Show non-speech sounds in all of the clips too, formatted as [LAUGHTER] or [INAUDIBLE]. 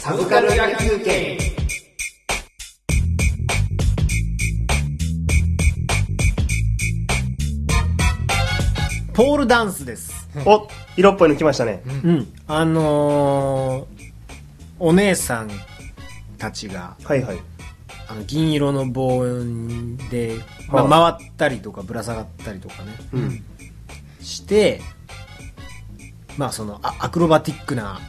サブカル野球券ポールダンスです。お色っぽいの来ましたね。うん。あのー、お姉さんたちが、はいはい。あの、銀色の棒で、まはあ、回ったりとか、ぶら下がったりとかね、うん。して、まあ、その、あアクロバティックな、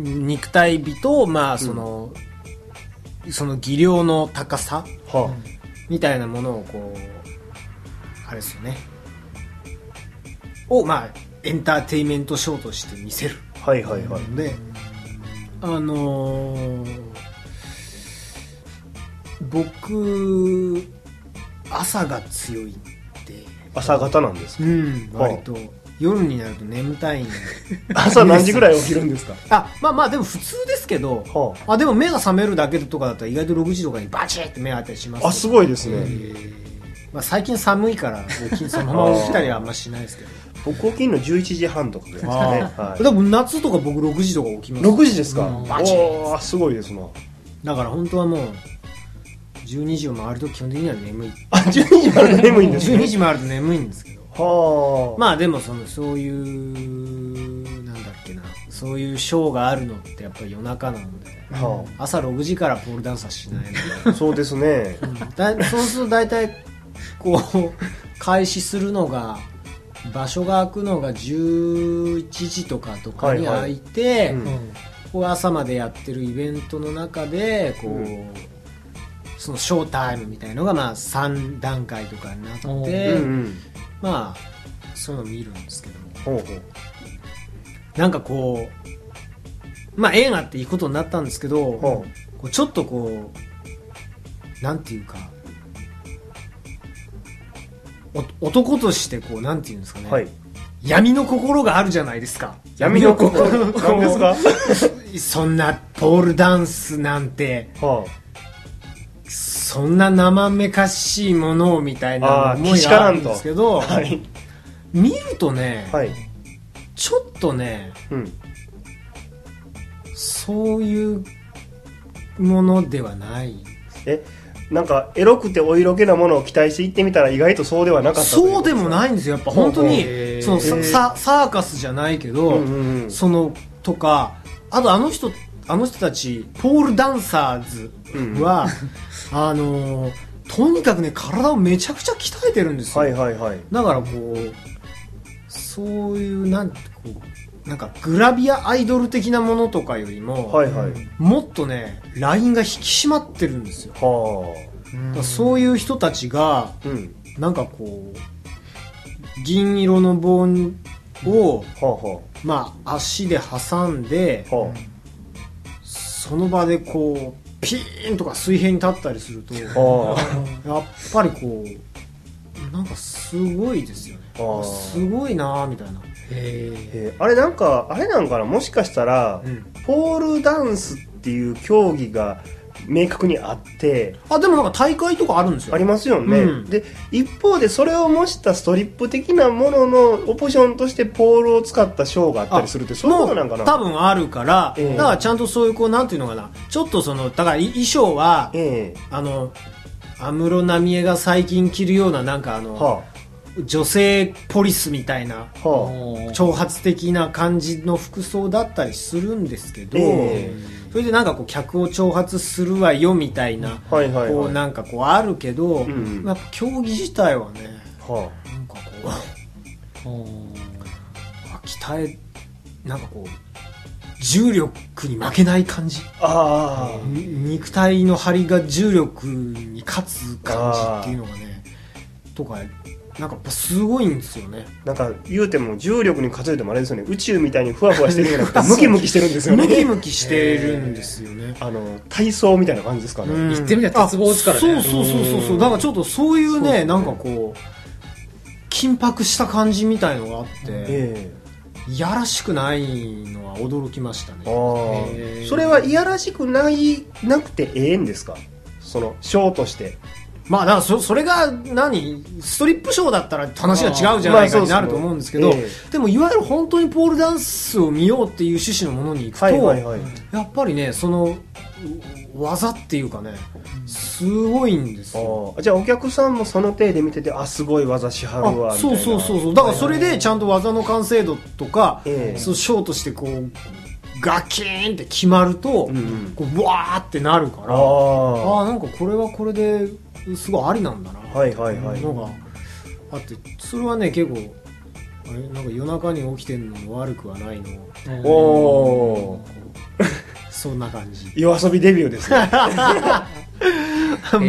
ん肉体美と、まあ、その、その技量の高さはみたいなものをこうあれですよねをまあエンターテインメントショーとして見せるあ、はいはいはい。のであのー僕朝が強いんで朝方なんです。うん割と夜になると眠たいんで [LAUGHS] 朝何時ぐらい起きるんですかあまあまあでも普通ですけど、はあでも目が覚めるだけとかだったら意外と6時とかにバチッって目が開いたりしますけどあ、すごいですね。まあ、最近寒いから起 [LAUGHS] きそのまま起きたりはあんましないですけど僕起きるの11時半とかですね。はいでも夏とか僕6時とか起きます6時ですかうんバチッおー、すごいですな。だから本当はもう12時を回ると基本的には眠いあ、12時まで眠いんですね。 12時回ると眠いんですけどはあ。まあでもそのそういうなんだっけなそういうショーがあるのってやっぱり夜中なのでは朝6時からポールダンスはしないのであ、そうです [LAUGHS] ね。だそうすると大体こう開始するのが場所が空くのが11時とかとかにはいは空いいて、こう朝までやってるイベントの中でこう、うんそのショータイムみたいのがまあ3段階とかになって、おうんうん。まあそういうの見るんですけどもほうほう。なんかこうまあ映画って行くことになったんですけど、はこうちょっとこうなんていうかお男としてこうなんていうんですかね、あ、はい。闇の心があるじゃないですか闇の心。何ですか [LAUGHS] そんなポールダンスなんてはそんな生めかしいものをみたいなあー思いけしかがあらるんんとですけど、あ。はい。見るとね、はい。ちょっとねうん。そういうものではないえ、なんか、エロくてお色気なものを期待して行ってみたら意外とそうではなかったといそうでもないんですよやっぱ本当ほうにほそのさへーさサーカスじゃないけど、うんうんうんそのとかあとあの人あの人たちポールダンサーズは、 [LAUGHS] あのーとにかくね体をめちゃくちゃ鍛えてるんですよ、はいはいはい。だからこうそういうなんこうなんかグラビアアイドル的なものとかよりも、はいはい。もっとねラインが引き締まってるんですよはだからそういう人たちがあ。うん。なんかこう銀色の棒を、はあはまあ、足で挟んであ。はその場でこうピーンとか水平に立ったりするとやあ。っはあ。[LAUGHS] ぱりこうなんかすごいですよねあーすごいなーみたいなへえーあれなんか、あれなんかなもしかしたら、うんポールダンスっていう競技が明確にあって、あでもなんか大会とかあるんですよありますよね、うんで、一方でそれを模したストリップ的なもののオプションとしてポールを使ったショーがあったりするって、そういうことなんかもう多な分あるから、ええだからちゃんとそういうこうなんていうのかなちょっとそのだからい衣装は、ええあの安室奈美恵が最近着るようななんかあの、は女性ポリスみたいなあ。はあ。挑発的な感じの服装だったりするんですけど、えそれでなんかこう客を挑発するわよみたいな、はいはいはいこうなんかこうあるけど、んうんやっぱ競技自体はねはなんかこう [LAUGHS] あ鍛えなんかこう重力に負けない感じあ。ああ。に肉体の張りが重力に勝つ感じっていうのがねとかなんかやっぱすごいんですよねなんか言うても重力に勝ててもあれですよね宇宙みたいにふわふわしてるんじゃ [LAUGHS] なくてムキムキしてるんですよムキねムキしてるんですよねあの体操みたいな感じですかね、うん言ってみたら鉄棒ですからねあそうそうそうそうそうだからちょっとそういうねなんかこう緊迫した感じみたいのがあって、えいやらしくないのは驚きましたえねああ、ええそれはいやらしくないなくてええんですかそのショーとしてまあだからそそれが何ストリップショーだったら話が違うじゃないかになると思うんですけど、まあそうですねでもいわゆる本当にポールダンスを見ようっていう趣旨のものに行くと、はいはいはいやっぱりねそのう技っていうかねすごいんですよああじゃあお客さんもその体で見ててあすごい技しはるわあみたいなそうそうそうそうだからそれでちゃんと技の完成度とか、ええそうショーとしてこうガキーンって決まると、うんうんこうわーってなるからああああなんかこれはこれですごいありなんだなはいはいはいのがあってそれはね結構あれなんか夜中に起きてるのも悪くはないのおおそんな感 [LAUGHS] じ夜遊びデビューですね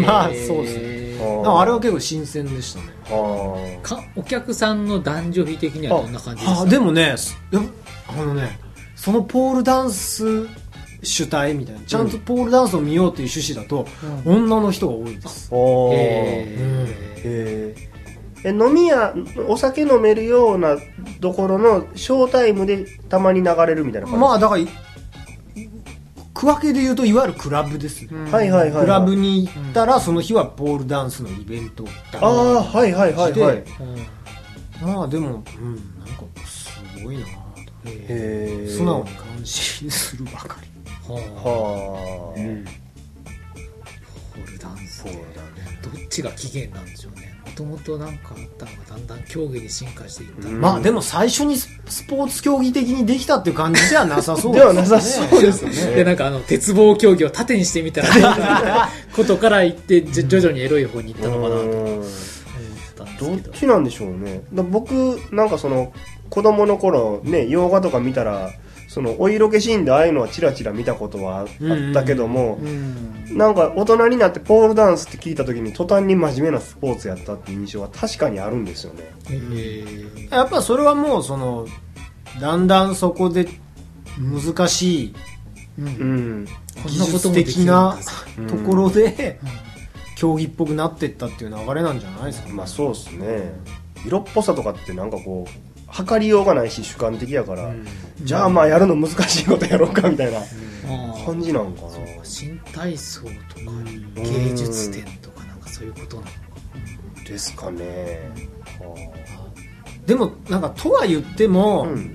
まあそう [LAUGHS] ですねねあだからあれは結構新鮮でしたねあかお客さんの男女比的にはどんな感じですかあでもねすでもあのねそのポールダンス主体みたいなちゃんとポールダンスを見ようという趣旨だと、女の人が多いですあおええーえ飲み屋お酒飲めるようなところのショータイムでたまに流れるみたいな感じまあだからい区分けで言うといわゆるクラブですね、うんはいはいはいはいクラブに行ったらその日はポールダンスのイベントだああはいはいはいはいしてへうんまあでも、うん、なんかすごいなぁとえ素直に感心するばかり。ははあ、あポールダンスねどっちが起源なんでしょうねもともとなんかあったのがだんだん競技に進化していった、うんまあでも最初にススポーツ競技的にできたっていう感じではなさそ [LAUGHS] うではなさそうですよでねなんかあの鉄棒競技を縦にしてみたらどうなるかことから言ってじゃ徐々にエロい方に行ったのかなと思っうんたんどっですけどちなんでしょうねだ僕なんかその子供の頃ね洋画とか見たらそのお色気シーンでああいうのはチラチラ見たことはあったけども、うんなんか大人になってポールダンスって聞いた時に途端に真面目なスポーツやったっていう印象は確かにあるんですよねえーやっぱそれはもうその、だんだんそこで難しいうんうんこん技なこと術もでき的るんなだぜうんところで、競技っぽくなってったっていう流れなんじゃないですか、まあそうですね色っぽさとかってなんかこう測りようがないし主観的やから、じゃあまあやるの難しいことやろうかみたいなあー感じなんかなそうか新体操とか芸術展とかなんかそういうことなのかですかねでも、なんかとは言っても、うん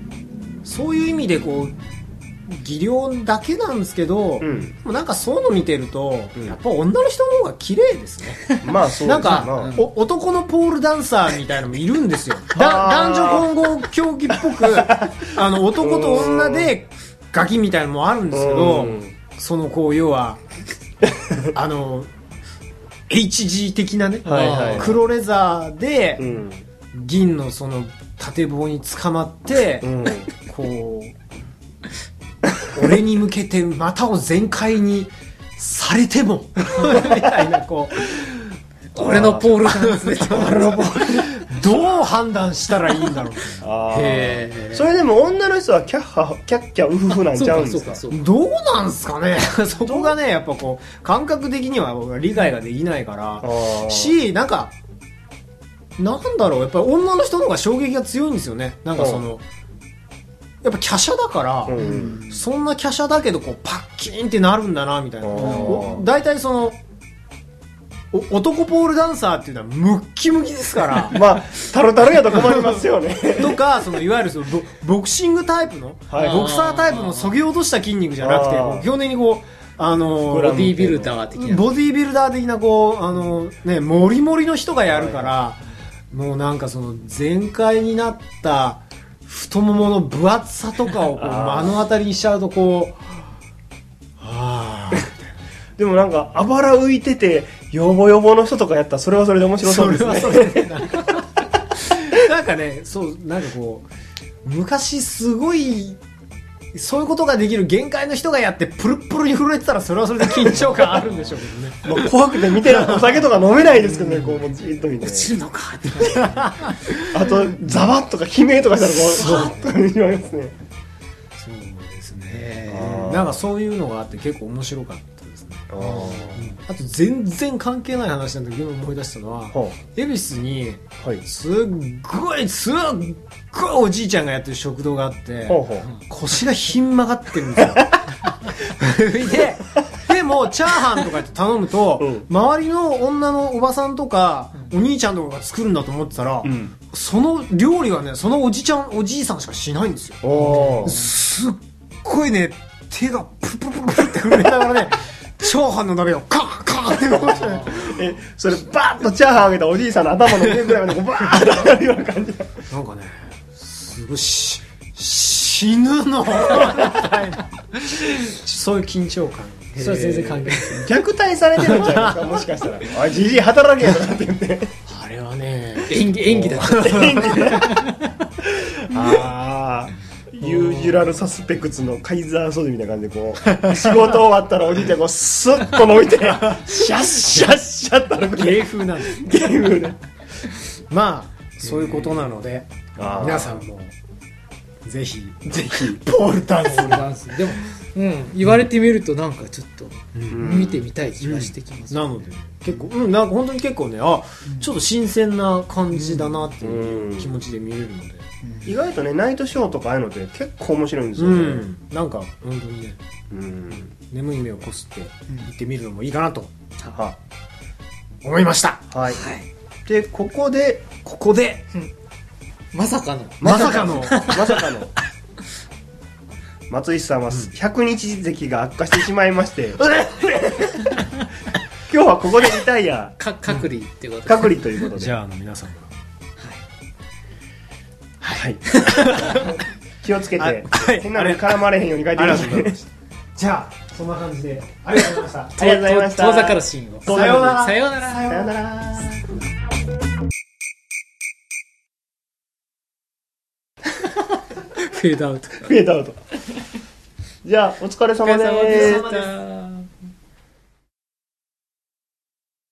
そういう意味でこう技量だけなんですけど、うでんもなんかそういうの見てると、うんやっぱ女の人の方が綺麗ですね、まあそうでなすんか、なお男のポールダンサーみたいなのもいるんで [LAUGHS] すよだは男女混合競技っぽく [LAUGHS] あの男と女でガキみたいなのもあるんですけどうんそのこう [LAUGHS] 要はあの HG 的なね、はいはい黒レザーでうん銀のその縦棒に捕まって、うん [LAUGHS] こう俺に向けて股を全開にされても [LAUGHS] みたいなこ俺のポールダンスで [LAUGHS] とかう [LAUGHS] どう判断したらいいんだろあへーーそれでも女の人はキャッハキャッキャウフフなんちゃうんでそうすかかそうかそううどうなんすかね [LAUGHS] そこがねやっぱこう感覚的には僕は理解ができないからあーしなんかなんだろうやっぱり女の人の方が衝撃が強いんですよねなんかそのやっぱ華奢だから、うんそんな華奢だけどこうパッキーンってなるんだなみたいなあーお大体そのお男ポールダンサーっていうのはムッキムキですから [LAUGHS] まあタルタルやと困りますよねとかそのいわゆるそのボボクシングタイプの、はいボクサータイプのそぎ落とした筋肉じゃなくてあーこう基本的にこうあのブボラディービルダー的なボディービルダー的なこうあのねモリモリの人がやるから、もうなんかその全開になった太ももの分厚さとかをこうあー目の当たりにしちゃうとこうああでもなんかあばら浮いててヨボヨボの人とかやったらそれはそれで面白そうですねそれはそれでなんか [LAUGHS] なんかねそうなんかこう昔すごいそういうことができる限界の人がやってプルップルに震えてたらそれはそれで緊張感あるんでしょうけどねまあ怖くて見てなお酒とか飲めないですけどねこうもうじーっと見て落ちるのかってあとざわっとか悲鳴とかしたらこうわーっと言われますねそうですあーなんかそういうのがあって結構面白かったですねあと全然関係ない話なんだけど今思い出したのはは恵比寿にあはいすっごいすっごいおじいちゃんがやってる食堂があってほうほう [LAUGHS] 腰がひん曲がってるんですよでででもチャーハンとかって頼むと、うん周りの女のおばさんとか、お兄ちゃんとかが作るんだと思ってたら、うんその料理はねそのおじちゃんおじいさんしかしないんですよおーすっごいね手がプルプルプルプルって震えながらねチャーハンの鍋をカーカーって動かしてねえそれバーッとチャーハンあげたおじいさんの頭の上ぐらいまでこうバーッと上がるような感じなんかねすごいし死ぬのみたいな [LAUGHS] そういう緊張感それは全然関係ない虐待されてるんじゃないですかもしかしたら「おいじじい働け!」とかって言ってあれはね演技演技だったああユージュラルサスペクツのカイザーソデみたいな感じでこう仕事終わったらおじいちゃんこうスッと伸びてシャッシャッシャッと歩くゲ芸風なんですームで [LAUGHS] まあそういうことなのであー皆さんもぜひぜひポールダンスダンスでも、うん、言われてみるとなんかちょっとん見てみたい気がしてきます、なので結構うんなんか本当に結構ねあちょっと新鮮な感じだなっていう気持ちで見れるので意外とねナイトショーとかああいうのって結構面白いんですうよん、ねなんか本当にねうん眠い目をこすって行ってみるのもいいかなとは思いましたはいでここでここでまさかのまさかのまさかの松井さんは100日咳が悪化してしまいまして今日はここでリタイアか隔離っていうこと隔離ということでじゃああの皆さんもはい。気をつけあてはい、変なのに絡まれへんように書いてくださありがとうございいま。じゃあそんな感じでありがとうございましありがとうございました遠ざかるシーンを遠ざかるさようならさようなら。フェードアウトフェードアウト。じゃあ、お疲れ様お疲れ様でですし。た